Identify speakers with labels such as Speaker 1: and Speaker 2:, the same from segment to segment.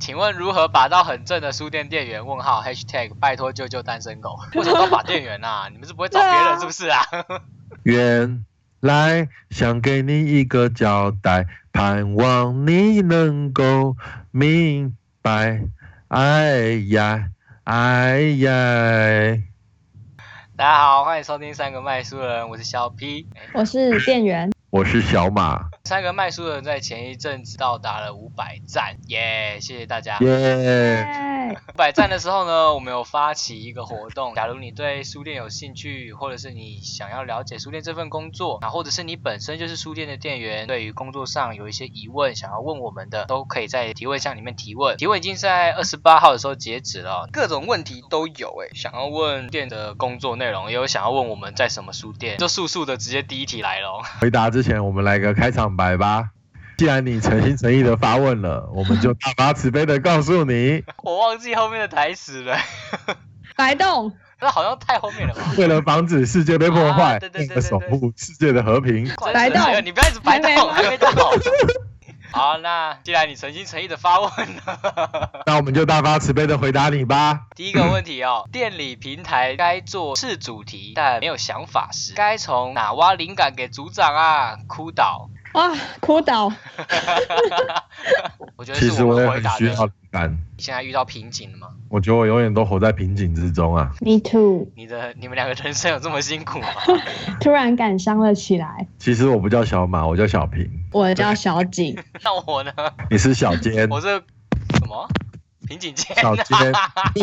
Speaker 1: 请问如何把到很正的书店店员？问号 #hashtag 拜托救救单身狗。为什么都把店员啊？你们是不会找别人是不是啊？
Speaker 2: 原来想给你一个交代，盼望你能够明白。哎呀，哎呀，
Speaker 1: 大家好，欢迎收听三个卖书人，我是小 P。
Speaker 3: 我是店员，
Speaker 2: 我是小马，
Speaker 1: 三个卖书人在前一阵子到达了五百站，耶、谢谢大家。
Speaker 2: 耶、
Speaker 3: 哎，
Speaker 1: 百站的时候呢，我们有发起一个活动。假如你对书店有兴趣，或者是你想要了解书店这份工作，啊，或者是你本身就是书店的店员，对于工作上有一些疑问想要问我们的，都可以在提问箱里面提问。提问已经在二十八号的时候截止了，各种问题都有诶、想要问店的工作内容，也有想要问我们在什么书店，就速速的直接第一题来喽。
Speaker 2: 回答之前，我们来个开场白吧。既然你诚心诚意的发问了，我们就大发慈悲的告 诉你，
Speaker 1: 我忘记后面的台词了，
Speaker 3: 白洞，
Speaker 1: 那好像太后面了吧。
Speaker 2: 为了防止世界被破坏，
Speaker 1: 啊对对对对
Speaker 2: 为了守护世界的和平，
Speaker 3: 白
Speaker 1: 真是
Speaker 3: 道
Speaker 1: 的 你不要一直白
Speaker 3: 还没
Speaker 1: 道，
Speaker 3: 吗
Speaker 1: 还没到。 好，那既然你诚心诚意的发问了，
Speaker 2: 那我们就大发慈悲的回答你吧。
Speaker 1: 第一个问题哦，店里平台该做是主题，但没有想法时，该从哪挖灵感给组长啊？哭 倒。
Speaker 3: 哇，哭倒，
Speaker 1: 我觉得
Speaker 2: 其
Speaker 1: 是
Speaker 2: 实我
Speaker 1: 们
Speaker 2: 也
Speaker 1: 回
Speaker 2: 很
Speaker 1: 答
Speaker 2: 需
Speaker 1: 的。
Speaker 2: 要灵感，
Speaker 1: 你现在遇到瓶颈了吗？
Speaker 2: 我觉得我永远都活在瓶颈之中啊。
Speaker 3: Me too，
Speaker 1: 你的你们两个人生有这么辛苦吗？
Speaker 3: 突然感伤了起来。
Speaker 2: 其实我不叫小马，我叫小平，
Speaker 3: 我叫小 景，
Speaker 1: 那我呢？
Speaker 2: 你是小尖，
Speaker 1: 我是什么瓶颈啊见？
Speaker 2: 小尖，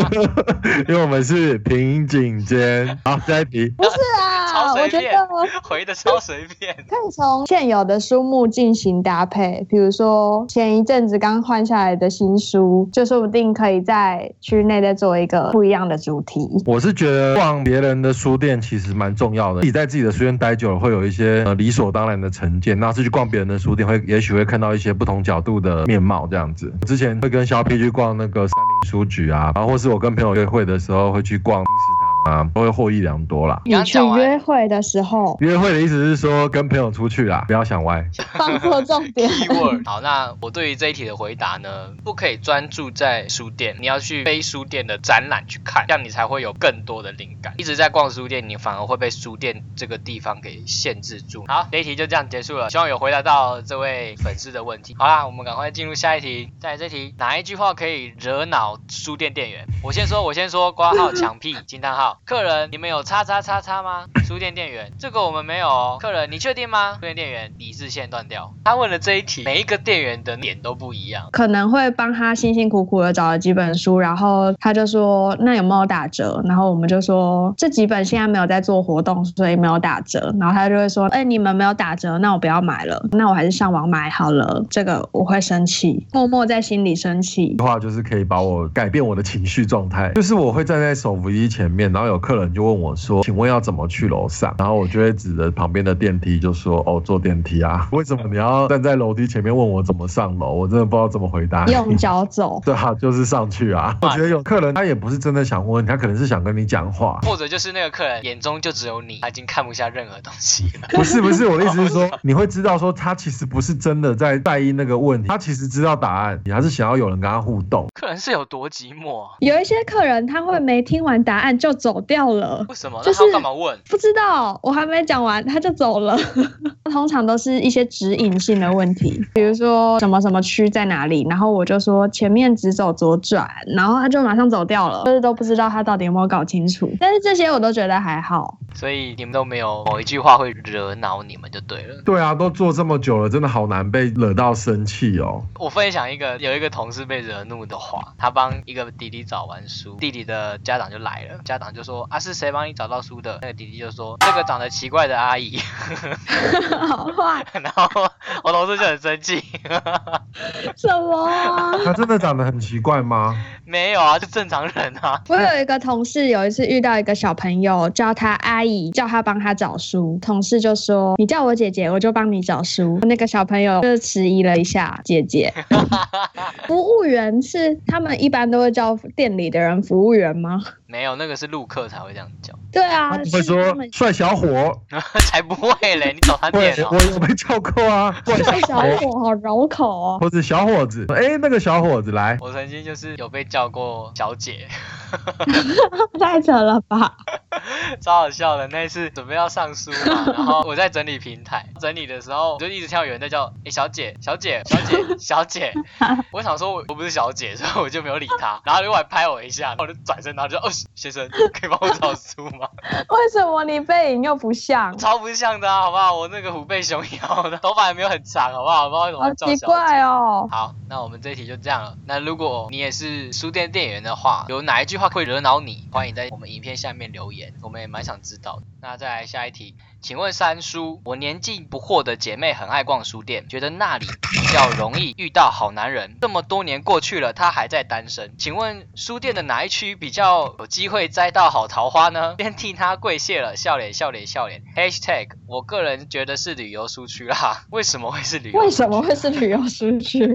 Speaker 2: 因为我们是瓶颈尖。好，下一题，
Speaker 3: 不是啊，
Speaker 1: 超随
Speaker 3: 我觉
Speaker 1: 便
Speaker 3: 得
Speaker 1: 回的超随便。
Speaker 3: 可以从现有的书目进行搭配，比如说前一阵子刚换下来的新书，就说不定可以在区内再做一个不一样的主题。
Speaker 2: 我是觉得逛别人的书店其实蛮重要的。自己在自己的书店待久了，会有一些呃理所当然的成见。那是去逛别人的书店，会也许会看到一些不同角度的面貌这样子。之前会跟小 P 去逛那个三明书局啊，然后或是我跟朋友约会的时候会去逛金石堂啊，都会获益良多啦。
Speaker 1: 你
Speaker 3: 你
Speaker 1: 刚
Speaker 3: 去
Speaker 1: 讲完
Speaker 3: 约会的时候
Speaker 2: 约会的意思是说跟朋友出去啦，不要想歪。
Speaker 3: 放错重点，
Speaker 1: keyword。好， 那我对于这一题的回答呢，不可以专注在书店，你要去非书店的展览去看，这样你才会有更多的灵感。一直在逛书店，你反而会被书店这个地方给限制住。好，这一题就这样结束了，希望有回答到这位粉丝的问题。好啦，我们赶快进入下一题。在这题，哪一句话可以惹恼书店店员？我先说，我先说，挂号抢屁惊叹号，客人，你们有叉叉叉叉吗？书店店员，这个我们没有哦。客人，你确定吗？书店店员，理智线断掉。他问了这一题，每一个店员的脸都不一样。
Speaker 3: 可能会帮他辛辛苦苦的找了几本书，然后他就说那有没有打折？然后我们就说这几本现在没有在做活动，所以没有打折。然后他就会说，哎、你们没有打折，那我不要买了，那我还是上网买好了。这个我会生气， 默默在心里生气。
Speaker 2: 的话，就是可以把我改变我的情绪状态。就是我会站在手扶梯前面，然后有客人就问我说：“请问要怎么去楼上？”然后我就会指着旁边的电梯就说：“哦，坐电梯啊。”为什么你要站在楼梯前面问我怎么上楼？我真的不知道怎么回答你。，
Speaker 3: 用脚走
Speaker 2: 对啊，就是上去啊。我觉得有客人他也不是真的想问你，他可能是想跟你讲话。
Speaker 1: 或者就是那个客人眼中就只有你，他已经看不下任何东西了。
Speaker 2: 不是不是，我的意思是说， 你会知道说他其实不是真的在在意那个问题，他其实知道答案，你还是想要有人跟他互动。
Speaker 1: 客人是有多寂寞啊？
Speaker 3: 有一些客人他会没听完答案就走掉了。
Speaker 1: 为什么？
Speaker 3: 就
Speaker 1: 那
Speaker 3: 是
Speaker 1: 他要干嘛问？
Speaker 3: 不知道，我还没讲完他就走了。 通常都是一些指引性的问题，比如说什么什么区在哪里，然后我就说前面直走左转，然后他就马上走掉了，就是都不知道他到底有没有搞清楚。但是这些我都觉得还好，
Speaker 1: 所以你们都没有某一句话会惹恼你们就对了。
Speaker 2: 对啊，都做这么久了，真的好难被惹到生气哦。
Speaker 1: 我分享一个，有一个同事被惹怒的话，他帮一个弟弟找完书，弟弟的家长就来了，家长就说啊是谁帮你找到书的？那个弟弟就说这个长得奇怪的阿姨，
Speaker 3: 好坏
Speaker 1: 然后我同事就很生气，
Speaker 3: 什么啊、
Speaker 2: 他真的长得很奇怪吗？
Speaker 1: 没有啊，就正常人啊。
Speaker 3: 我有一个同事，有一次遇到一个小朋友，叫他阿姨，叫他帮他找书。同事就说：“你叫我姐姐，我就帮你找书。”那个小朋友就迟疑了一下，姐 姐。服务员是他们一般都会叫店里的人服务员吗？
Speaker 1: 没有，那个是陆客才会这样叫。
Speaker 3: 对啊，
Speaker 2: 他们会
Speaker 3: 是他
Speaker 2: 说
Speaker 3: 们
Speaker 2: 帅小伙，
Speaker 1: 才不会嘞，你找他
Speaker 2: 对
Speaker 1: 念，
Speaker 2: 我
Speaker 1: 哦。
Speaker 2: 有被叫过啊，
Speaker 3: 帅小伙好绕口 哦。
Speaker 2: 或者小伙子，哎，那个小伙子来，
Speaker 1: 我曾经就是有被叫过小姐，
Speaker 3: 太扯了吧！
Speaker 1: 超好笑的。那一次准备要上书嘛，然后我在整理平台，整理的时候我就一直听到有人在叫“哎、小姐，小姐，小姐，小姐”， 我想说我我不是小姐，所以我就没有理他。然后另外拍我一下，然后我就转身，然后就哦，先生，可以帮我找书吗？
Speaker 3: 为什么你背影又不像？
Speaker 1: 超不像的、啊，好不好？我那个虎背熊腰的，头发也没有很长，好不好？不知道为什么
Speaker 3: 好
Speaker 1: 要叫小
Speaker 3: 奇
Speaker 1: 姐。
Speaker 3: 怪哦。
Speaker 1: 好，那我们这一题就这样了。那如果你也是书店店员的话，有哪一句话会惹恼你？欢迎在我们影片下面留言，我们也蛮想知道的。那再来下一题，请问三叔，我年纪不惑的姐妹很爱逛书店，觉得那里比较容易遇到好男人。这么多年过去了，她还在单身，请问书店的哪一区比较有机会摘到好桃花呢？先替她跪谢了，笑脸笑脸笑脸。#hashtag 我个人觉得是旅游书区啦，为什么会是旅游？
Speaker 3: 为什么会是旅游书 区？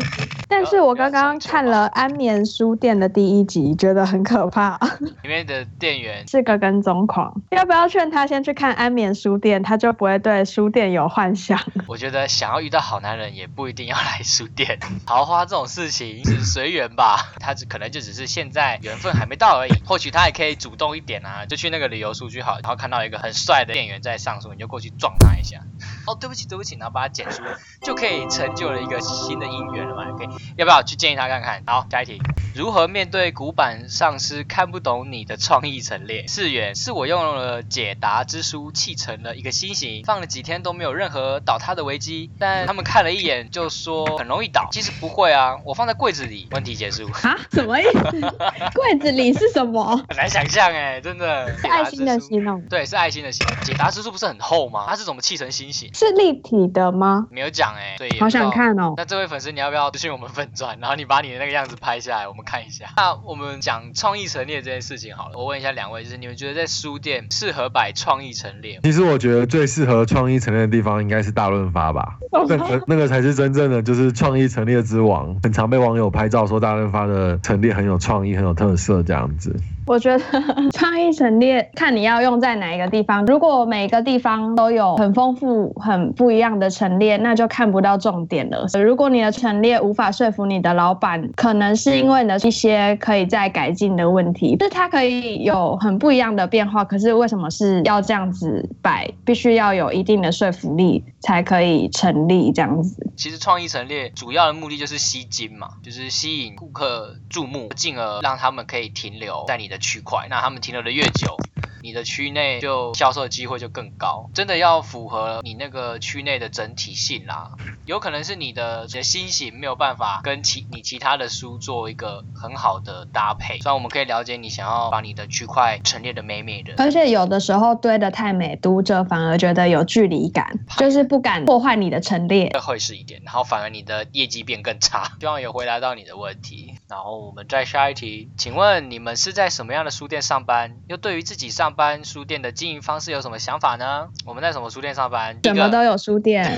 Speaker 3: 但是我刚刚看了《安眠书店》的第一集，觉得很可怕，
Speaker 1: 里面的店员
Speaker 3: 是个跟踪狂。要不要劝他先去看《安眠书店》，他就不会对书店有幻 想。
Speaker 1: 我觉得想要遇到好男人，也不一定要来书店。 桃花这种事情是随缘吧，他只可能就只是现在缘分还没到而已。或许他也可以主动一点啊，就去那个旅游书区好，然后看到一个很帅的店员在上书，你就过去撞他一下。 哦，对不起，对不起，然后把他剪出，就可以成就了一个新的姻缘了嘛？可以，要不要去建议他看看？好，下一题。如何面对古板上司看不懂你的创意陈列？四元是我用了解答之书砌成了一个心形，放了几天都没有任何倒塌的危机，但他们看了一眼就说很容易倒。其实不会啊，我放在柜子里。问题结束。
Speaker 3: 啊？什么意思？ 柜子里是什么？
Speaker 1: 很难想象哎、真的。
Speaker 3: 是爱心
Speaker 1: 解答
Speaker 3: 的
Speaker 1: 之书，
Speaker 3: 心哦，
Speaker 1: 对，是爱心的心。解答之书不是很厚吗？它是怎么砌成心形？
Speaker 3: 是立体的吗？
Speaker 1: 没有讲哎、所以也
Speaker 3: 好
Speaker 1: 不知
Speaker 3: 想
Speaker 1: 道
Speaker 3: 看 哦。
Speaker 1: 那这位粉丝，你要不要私信我们粉钻，然后你把你的那个样子拍下来，我们看一下。那我们讲创意陈列这件事情好了，我问一下两位，就是你们觉得在书店适合摆创意陈列吗？
Speaker 2: 其实我觉得最适合创意陈列的地方应该是大润 发吧，那个那个才是真正的就是创意陈列之王，很常被网友拍照说大润发的陈列很有创意，很有特色这样子。
Speaker 3: 我觉得 创意陈列看你要用在哪一个地方。如果每个地方都有很丰富、很不一样的陈列，那就看不到重点了。如果你的陈列无法说服你的老板，可能是因为你的一些可以再改进的问题，就是它可以有很不一样的变化。可是为什么是要这样子摆？必须要有一定的说服力才可以成立这样子。
Speaker 1: 其实创意陈列主要的目的就是吸睛嘛，就是吸引顾客注目，进而让他们可以停留在你的区块。那他们停留的越久，你的区内就销售的机会就更高。真的要符合你那个区内的整体性啦。有可能是你的你的心形没有办法跟其你其他的书做一个很好的搭配，虽然我们可以了解你想要把你的区块陈列的美美的，
Speaker 3: 而且有的时候堆得太美，读者反而觉得有距离感，就是不敢破坏你的陈列。
Speaker 1: 会是一点，然后反而你的业绩变更差。 希望有回答到你的问题。然后我们再下一题，请问你们是在什么样的书店上班？又对于自己上班书店的经营方式有什么想法呢？我们在什么书店上班？
Speaker 3: 什么
Speaker 1: 一个，
Speaker 3: 都有书店，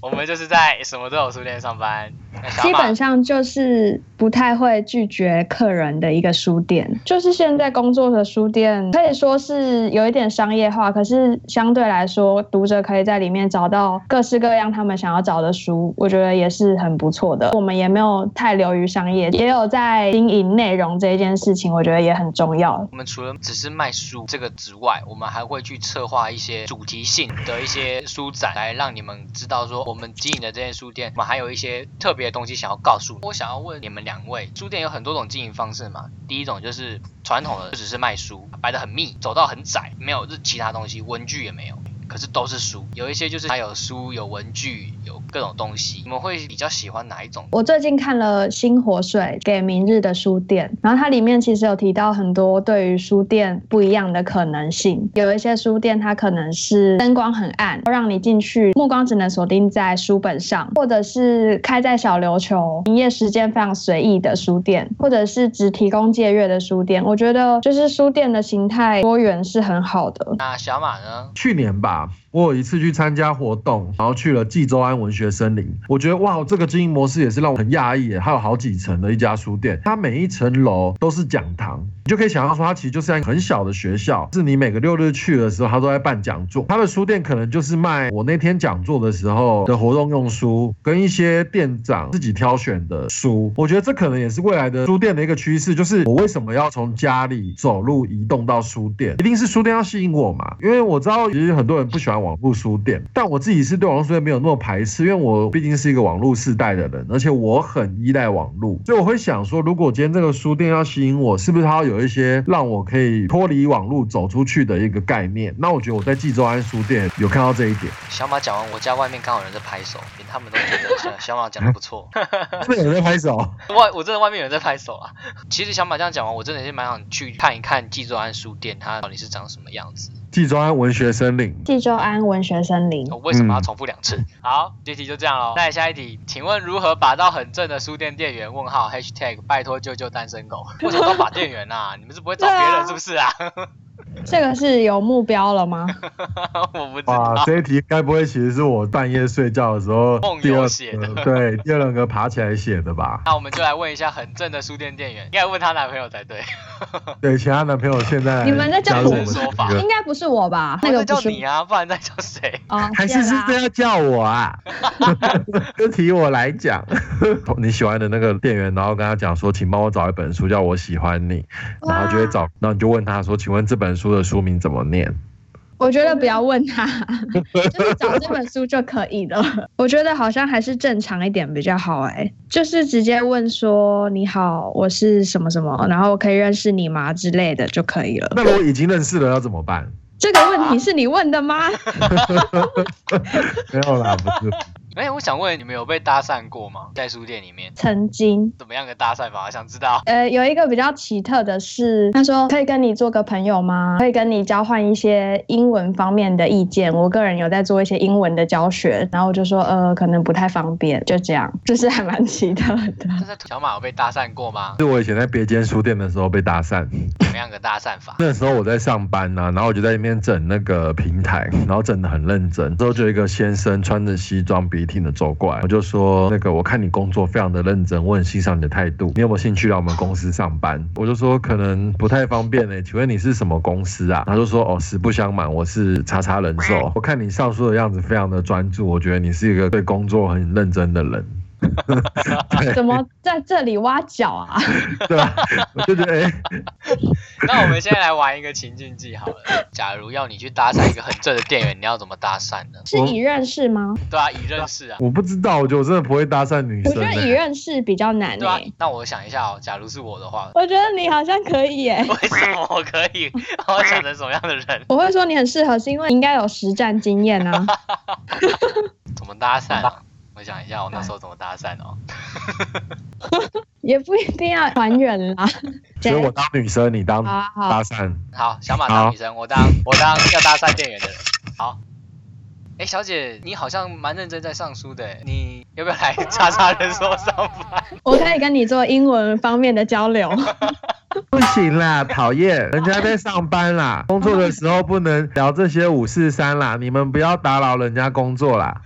Speaker 1: 我们就是在什么都有书店上 班。那小
Speaker 3: 基
Speaker 1: 马
Speaker 3: 本上就是不太会拒绝客人的一个书店。就是现在工作的书店，可以说是有一点商业化，可是相对来说，读者可以在里面找到各式各样他们想要找的书，我觉得也是很不错的。我们也没有太流于商业，也有在经营内容这一件事情，我觉得也很重要。
Speaker 1: 我们除了只是卖书这个之外，我们还会去策划一些主题性的一些书展，来让你们知道说我们经营的这间书店，我们还有一些特别的东西想要告诉你。我想要问你们两位，书店有很多种经营方式嘛？第一种就是传统的，就只是卖书，啊摆得很密，走到很窄，没有是其他东西，文具也没有。可是都是书，有一些就是它有书、有文具、有各种东西。你们会比较喜欢哪一种？
Speaker 3: 我最近看了《新活水》给明日的书店，然后它里面其实有提到很多对于书店不一样的可能性。有一些书店它可能是灯光很暗，让你进去目光只能锁定在书本上，或者是开在小琉球，营业时间非常随意的书店，或者是只提供借阅的书店。我觉得就是书店的形态多元是很好的。
Speaker 1: 那小马呢？
Speaker 2: 去年吧，吧。我有一次去参加活动，然后去了济州安文学森林，我觉得哇，这个经营模式也是让我很讶异耶。它有好几层的一家书店，它每一层楼都是讲堂，你就可以想象说它其实就是一个很小的学校，是你每个六日去的时候，它都在办讲座。它的书店可能就是卖我那天讲座的时候的活动用书，跟一些店长自己挑选的书。我觉得这可能也是未来的书店的一个趋势，就是我为什么要从家里走路移动到书店，一定是书店要吸引我嘛？因为我知道其实很多人不喜欢网络书店，但我自己是对网络书店没有那么排斥，因为我毕竟是一个网络世代的人，而且我很依赖网络，所以我会想说，如果今天这个书店要吸引我，是不是它要有一些让我可以脱离网络走出去的一个概念？那我觉得我在济州安书店有看到这一点。
Speaker 1: 小马讲完，我家外面刚好有人在拍手，连他们都觉得小小马讲的不错。
Speaker 2: 真的有人在拍手，哦
Speaker 1: 外我真的外面有人在拍手啊！ 其实小马这样讲完，我真的是蛮想去看一看济州安书店它到底是长什么样子。
Speaker 2: 济州安文学森林。
Speaker 3: 济州安文学森林
Speaker 1: 我、为什么要重复两
Speaker 3: 嗯
Speaker 1: 次？ 好，这题就这样喽。那下一题，请问如何把到很正的书店店员？问号 #hashtag 拜托救救单身狗。为什么都把店员啊？你 们是不会找别
Speaker 3: 对
Speaker 1: 人
Speaker 3: 啊
Speaker 1: 是不是啊？
Speaker 3: 这个是有目标了吗？
Speaker 1: 我不知
Speaker 2: 哇，
Speaker 1: 道。
Speaker 2: 这一题该不会其实是我半夜睡觉的时候
Speaker 1: 啊梦游
Speaker 2: 第二
Speaker 1: 写的
Speaker 2: 个 对第二个爬起来写的吧？
Speaker 1: 那我们就来问一下很正的书店店员，应该问她男朋友才对。啊
Speaker 2: 对，其他男朋友现在
Speaker 3: 你们在叫
Speaker 2: 加入我
Speaker 3: 我
Speaker 2: 们
Speaker 1: 说
Speaker 2: 这个
Speaker 1: 法
Speaker 3: 应该不是我吧？那
Speaker 1: 那
Speaker 3: 个
Speaker 1: 叫
Speaker 3: 不是
Speaker 1: 你啊，不然再叫谁？
Speaker 3: 哦，
Speaker 2: 还是
Speaker 3: 谢
Speaker 2: 是
Speaker 3: 啦
Speaker 2: 这样叫 我啊？就提我来讲， 你喜欢的那个店员，然后跟他讲说，请帮我找一本书叫《我喜欢你》，然后就会
Speaker 3: 哇
Speaker 2: 找，然后你就问他说，请问这本书的书名怎么念？
Speaker 3: 我觉得不要问他，就是找这本书就可以了。我觉得好像还是正常一点比较好哎、就是直接问说你好，我是什么什么，然后可以认识你吗之类的就可以了。
Speaker 2: 那如果已经认识了要怎么 办？
Speaker 3: 这个问题是你问的吗？
Speaker 2: 没有啦，不是，
Speaker 1: 没有，我想问你们有被搭讪过吗？在书店里面
Speaker 3: 曾经。
Speaker 1: 怎么样个搭讪法？想知道。
Speaker 3: 呃，有一个比较奇特的是，他说可以跟你做个朋友吗？可以跟你交换一些英文方面的意见。我个人有在做一些英文的教学，然后我就说呃，可能不太方便，就这样，就是还蛮奇特的。
Speaker 1: 这是小马有被搭讪过吗？
Speaker 2: 是我以前在别间书店的时候被搭讪。
Speaker 1: 怎么样个搭讪法？
Speaker 2: 那时候我在上班呐、然后我就在那边整那个平台，然后整的很认真。之后就有一个先生穿着西装笔挺的走过来，我就说那个我看你工作非常的认真，我很欣赏你的态度，你有没有兴趣来我们公司上班？我就说可能不太方便呢、欸请问你是什么公司啊？他就说哦，实不相瞒，我是叉叉人寿。我看你上述的样子非常的专注，我觉得你是一个对工作很认真的人。
Speaker 3: 怎么在这里挖角啊？
Speaker 2: 对吧？我就觉得哎、
Speaker 1: 那我们现在来玩一个情境记好了。假如要你去搭讪一个很正的店员，你要怎么搭讪呢？
Speaker 3: 是已认识吗？
Speaker 1: 对啊，以认识啊。
Speaker 2: 我不知道，我觉得我真的不会搭讪女
Speaker 3: 我
Speaker 2: 生、
Speaker 3: 觉
Speaker 2: 欸。
Speaker 3: 得已认识比较难
Speaker 1: 对啊
Speaker 3: 哎、，
Speaker 1: 那我想一下哦，假如是我的话，
Speaker 3: 我觉得你好像可以哎、
Speaker 1: 为什么我可以？我想成什么样的人？
Speaker 3: 我会说你很适合，是因为你应该有实战经验啊。
Speaker 1: 怎么搭讪啊？我想一下，我那时候怎么搭讪哦？
Speaker 3: 也不一定要还原啦。
Speaker 2: 所以我当女生，你当
Speaker 3: 好啊好啊
Speaker 2: 搭讪。
Speaker 1: 好，小马
Speaker 2: 好
Speaker 1: 当女生，我当我当要搭讪店员的人。好，哎、小姐，你好像蛮认真在上书的，你要不要来 叉叉人说上班？
Speaker 3: 我可以跟你做英文方面的交流。
Speaker 2: 不行啦，讨厌，人家在上班啦，工作的时候不能聊这些五四三啦，你们不要打扰人家工作啦。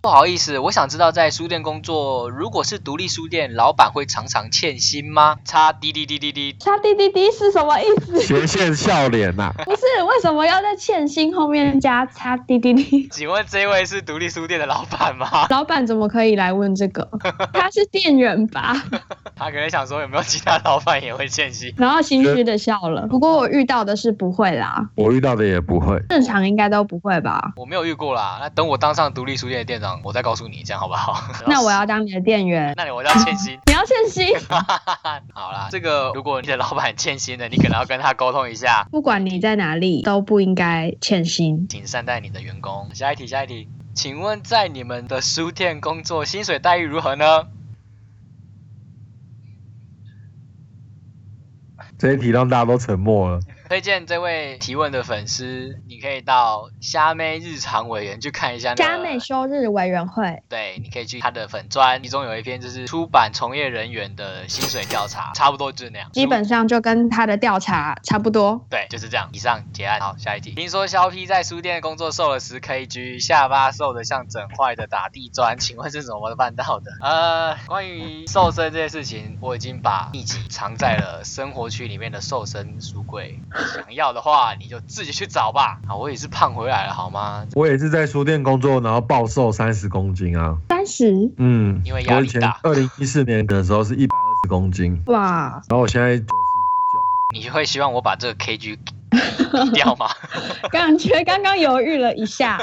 Speaker 1: 不好意思，我想知道在书店工作，如果是独立书店，老板会常常欠薪吗？叉滴滴滴滴滴，
Speaker 3: 擦滴滴滴是什么意思？
Speaker 2: 斜线笑脸 呐、
Speaker 3: 不是为什么要在欠薪后面加擦滴滴滴？
Speaker 1: 请问这位是独立书店的老板吗？
Speaker 3: 老板怎么可以来问这个？他是店员吧？
Speaker 1: 他可能想说有没有其他老板也会欠薪？
Speaker 3: 然后心虚的笑了。不过我遇到的是不会啦，
Speaker 2: 我遇到的也不会。
Speaker 3: 正常应该都不会吧？
Speaker 1: 我没有遇过啦，那等我当上独立书店的店长，我再告诉你，这样好不好？
Speaker 3: 那我，要当你的店员，
Speaker 1: 那你我要欠薪。
Speaker 3: 你要欠薪，
Speaker 1: 好啦，这个如果你的老板欠薪的，你可能要跟他沟通一下，
Speaker 3: 不管你在哪里都不应该欠薪。
Speaker 1: 请善待你的员工。下一题，下一题，请问在你们的书店工作，薪水待遇如何呢？
Speaker 2: 这一题让大家都沉默了。
Speaker 1: 推荐这位提问的粉丝，你可以到虾妹日常委员去看一下、那个。
Speaker 3: 佳美休日委员会，
Speaker 1: 对，你可以去他的粉专，其中有一篇就是出版从业人员的薪水调查，差不多就是那样。
Speaker 3: 基本上就跟他的调查差不多。
Speaker 1: 对，就是这样。以上结案，好，下一题。听说肖 P 在书店工作瘦了十 kg，下巴瘦得像整块的打地砖，请问是怎么办到的？呃，关于瘦身这件事情，我已经把秘籍藏在了生活区里面的瘦身书柜，想要的话你就自己去找吧。啊，我也是胖回来了，好吗？
Speaker 2: 我也是在书店工作，然后暴瘦三十公斤啊。
Speaker 3: 三十，
Speaker 2: 嗯，
Speaker 1: 因为压
Speaker 2: 我
Speaker 1: 力
Speaker 2: 以前
Speaker 1: 大
Speaker 2: 二零一四年的时候是一百二十公斤，
Speaker 3: 哇，
Speaker 2: 然后我现在九
Speaker 1: 你会希望我把这个 kg 低掉吗？
Speaker 3: 感觉刚刚犹豫了 一下。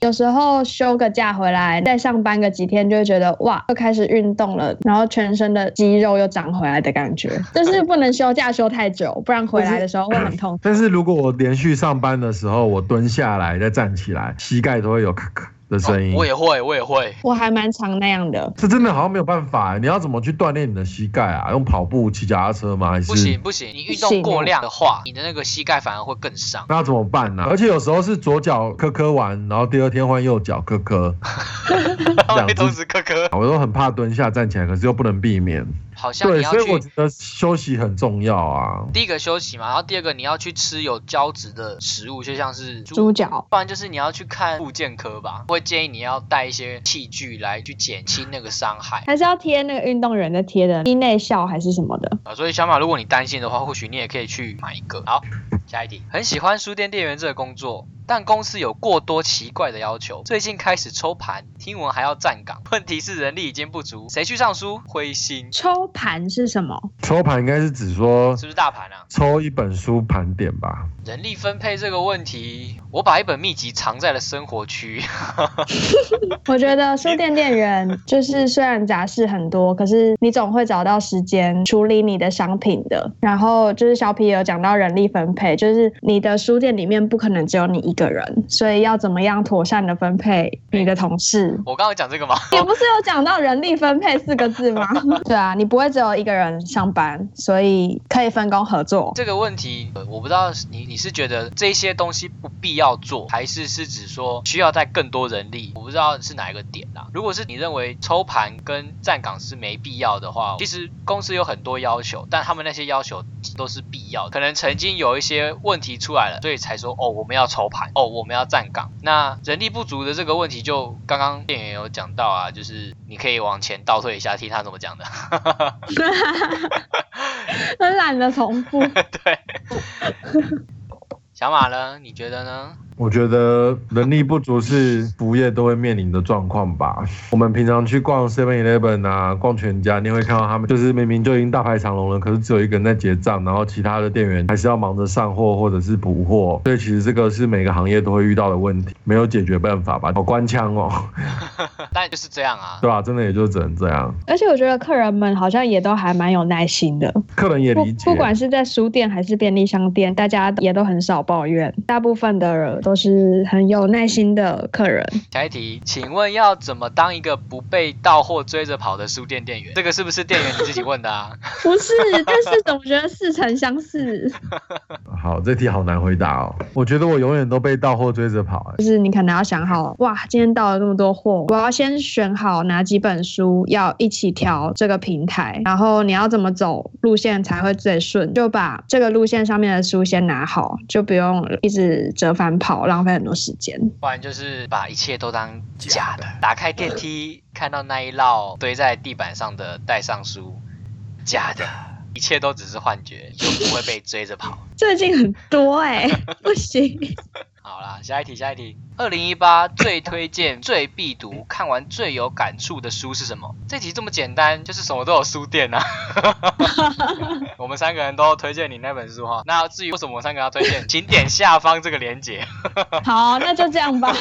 Speaker 3: 有时候休个假回来，再上班个几天，就会觉得哇，又开始运动了，然后全身的肌肉又长回来的感觉。但是不能休假休太久，不然回来的时候会很痛苦。
Speaker 2: 但是如果我连续上班的时候，我蹲下来再站起来，膝盖都会有咔咔的声音。
Speaker 1: 我也会，我也会。
Speaker 3: 我还蛮常那样的，
Speaker 2: 这真的好像没有办法、你要怎么去锻炼你的膝盖啊？用跑步、骑脚踏车吗？还是
Speaker 1: 不行不行，你运动过量的话，你的那个膝盖反而会更伤。
Speaker 2: 那怎么办呢、而且有时候是左脚磕磕完，然后第二天换右脚磕磕，
Speaker 1: 然 后
Speaker 2: 两
Speaker 1: 会
Speaker 2: 只
Speaker 1: 同时磕磕，
Speaker 2: 我都很怕蹲下站起来，可是又不能避免。
Speaker 1: 好像
Speaker 2: 对，
Speaker 1: 你要
Speaker 2: 所以我
Speaker 1: 去
Speaker 2: 觉得休息很重要啊。
Speaker 1: 第一个休息嘛，然后第二个你要去吃有胶质的食物，就像是
Speaker 3: 猪，脚。
Speaker 1: 不然就是你要去看复健科吧。会建议你要带一些器具来去减轻那个伤害
Speaker 3: 还是要贴那个运动员的贴的衣内效还是什么的，
Speaker 1: 啊。所以小马，如果你担心的话，或许你也可以去买一个。好，下一题，很喜欢书店店员这个工作。但公司有过多奇怪的要求，最近开始抽盘，听闻还要站岗。问题是人力已经不足，谁去上书？灰心，
Speaker 3: 抽盘是什么？
Speaker 2: 抽盘应该是指说
Speaker 1: 是不是大盘啊？
Speaker 2: 抽一本书盘点吧。
Speaker 1: 人力分配这个问题，我把一本秘籍藏在了生活区。
Speaker 3: 我觉得书店店员就是虽然杂事很多，可是你总会找到时间处理你的商品的。然后就是小皮有讲到人力分配，就是你的书店里面不可能只有你一个人，所以要怎么样妥善的分配你的同事。
Speaker 1: 我刚刚有讲这个吗？
Speaker 3: 也不是有讲到人力分配四个字吗？ 对啊，你不会只有一个人上班，所以可以分工合 作。
Speaker 1: 这个问题，呃我不知道你你是觉得这些东西不必要做，还是是指说需要带更多人力？我不知道是哪一个点啦、如果是你认为抽盘跟站岗是没必要的话，其实公司有很多要求，但他们那些要求都是必要的。可能曾经有一些问题出来了，所以才说哦，我们要抽盘，哦，我们要站岗。那人力不足的这个问题就，刚刚店员有讲到啊，就是你可以往前倒退一下，听他怎么讲的。
Speaker 3: 很懒得重复。
Speaker 1: 对，小马呢？你觉得呢？
Speaker 2: 我觉得人力不足是服务业都会面临的状况吧。我们平常去逛 Seven Eleven 啊，逛全家，你会看到他们就是明明就已经大排长龙了，可是只有一个人在结账，然后其他的店员还是要忙着上货或者是补货。所以其实这个是每个行业都会遇到的问题，没有解决办法吧？好官腔哦，
Speaker 1: 但就是这样啊
Speaker 2: 对。吧、真的也就只能这样。
Speaker 3: 而且我觉得客人们好像也都还蛮有耐心的，
Speaker 2: 客人也
Speaker 3: 不
Speaker 2: 理解，
Speaker 3: 不管是在书店还是便利商店，大家也都很少抱怨，大部分的人都是很有耐心的客人。
Speaker 1: 下一题，请问要怎么当一个不被到货追着跑的书店店员？这个是不是店员你自己问的啊？
Speaker 3: 不是， 但是总觉得似曾相识，
Speaker 2: 好，这题好难回答哦。我觉得我永远都被到货追着跑、欸
Speaker 3: 就是你可能要想好，哇，今天到了那么多货，我要先选好哪几本书要一起调这个平台，然后你要怎么走路线才会最顺，就把这个路线上面的书先拿好，就不用一直折返跑，浪费很多时间。
Speaker 1: 不然就是把一切都当假的。打开电梯，看到那一摞堆在地板上的带上书，假的，一切都只是幻觉，就不会被追着跑。
Speaker 3: 最近很多 哎、不行，
Speaker 1: 好啦，下一题，下一题。二零一八最推荐、最必读、看完最有感触的书是什么？这题这么简单，就是什么都有书店啊。我们三个人都推荐你那本书哈。那至于为什么我们三个要推荐，请点下方这个链接。
Speaker 3: 好，那就这样吧。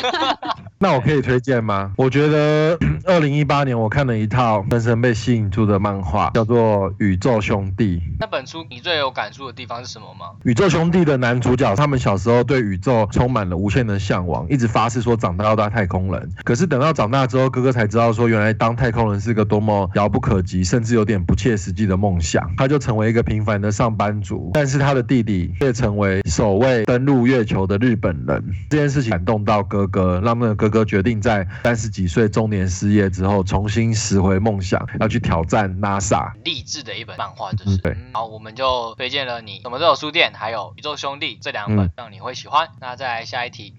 Speaker 2: 那我可以推荐吗？我觉得二零一八年我看了一套深深被吸引住的漫画，叫做《宇宙兄弟》。
Speaker 1: 那本书你最有感触的地方是什么吗？
Speaker 2: 宇宙兄弟的男主角，他们小时候对宇宙充满了无限的向往，一直发誓说长大要当太空人。可是等到长大之后，哥哥才知道说，原来当太空人是个多么遥不可及，甚至有点不切实际的梦想。他就成为一个平凡的上班族，但是他的弟弟却成为首位登陆月球的日本人。这件事情感动到哥哥，让那个哥哥决定在三十几岁中年失业之后，重新拾回梦想，要去挑战 NASA。
Speaker 1: 励志的一本漫画，就是。
Speaker 2: 嗯对
Speaker 1: 好，我们就推荐了你《什么都有书店》还有《宇宙兄弟》这两本，
Speaker 2: 嗯
Speaker 1: 让你会喜欢。那再来下一题。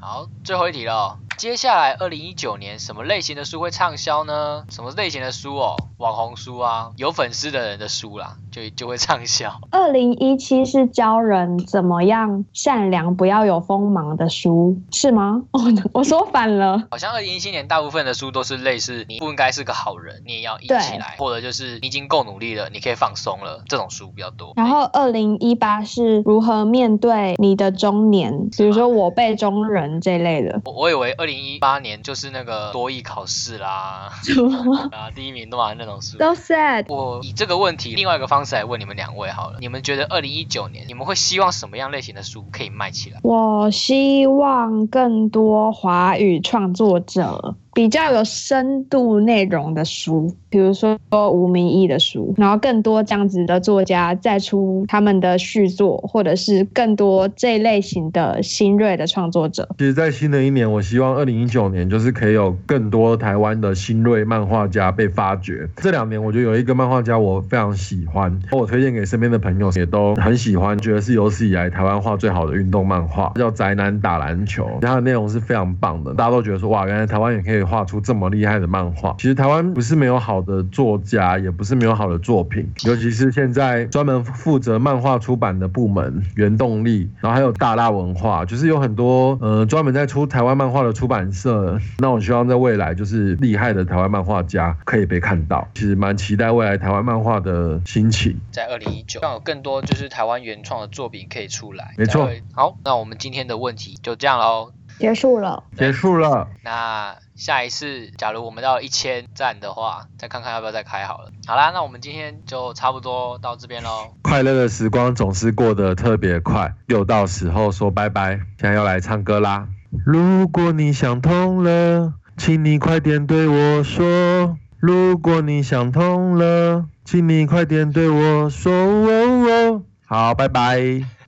Speaker 1: 好，最后一题了哦。接下来，二零一九年什么类型的书会畅销呢？什么类型的书哦？网红书啊，有粉丝的人的书啦，就就会畅销。
Speaker 3: 二零一七是教人怎么样善良，不要有锋芒的书，是吗？哦，我说反了。
Speaker 1: 好像二零一七年大部分的书都是类似你不应该是个好人，你也要硬起来，或者就是你已经够努力了，你可以放松了，这种书比较多。
Speaker 3: 然后二零一八是如何面对你的中年，比如说我辈中人这类 的。
Speaker 1: 我我以为二零一八年就是那个多艺考试 啦，
Speaker 3: 什么
Speaker 1: 啊第一名的嘛那种书。
Speaker 3: ？So sad。
Speaker 1: 我以这个问题另外一个方式来问你们两位好了，你们觉得二零一九年你们会希望什么样类型的书可以卖起来？
Speaker 3: 我希望更多华语创作者比较有深度内容的书，比如说吴明义的书，然后更多这样子的作家再出他们的续作，或者是更多这一类型的新锐的创作者。
Speaker 2: 其实，在新的一年，我希望二零一九年就是可以有更多台湾的新锐漫画家被发掘。这两年，我觉得有一个漫画家我非常喜欢，我推荐给身边的朋友也都很喜欢，觉得是有史以来台湾画最好的运动漫画，叫《宅男打篮球》，它的内容是非常棒的，大家都觉得说哇，原来台湾也可以画出这么厉害的漫画。其实台湾不是没有好的作家，也不是没有好的作品，尤其是现在专门负责漫画出版的部门原动力，然后还有大大文化，就是有很多呃专门在出台湾漫画的出版社。那我希望在未来就是厉害的台湾漫画家可以被看到，其实蛮期待未来台湾漫画的兴起。
Speaker 1: 在二零一九，让有更多就是台湾原创的作品可以出来。
Speaker 2: 没错
Speaker 1: 在20。好，那我们今天的问题就这样喽。
Speaker 3: 结束了，
Speaker 2: 结束了，
Speaker 1: 那下一次，假如我们到一千赞的话，再看看要不要再开好了。好啦，那我们今天就差不多到这边喽。
Speaker 2: 快乐的时光总是过得特别快，又到时候说拜拜。现在要来唱歌啦！如果你想通了，请你快点对我说。如果你想通了，请你快哦点对我说。哦哦好，拜拜。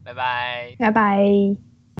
Speaker 1: 拜拜。
Speaker 3: 拜拜。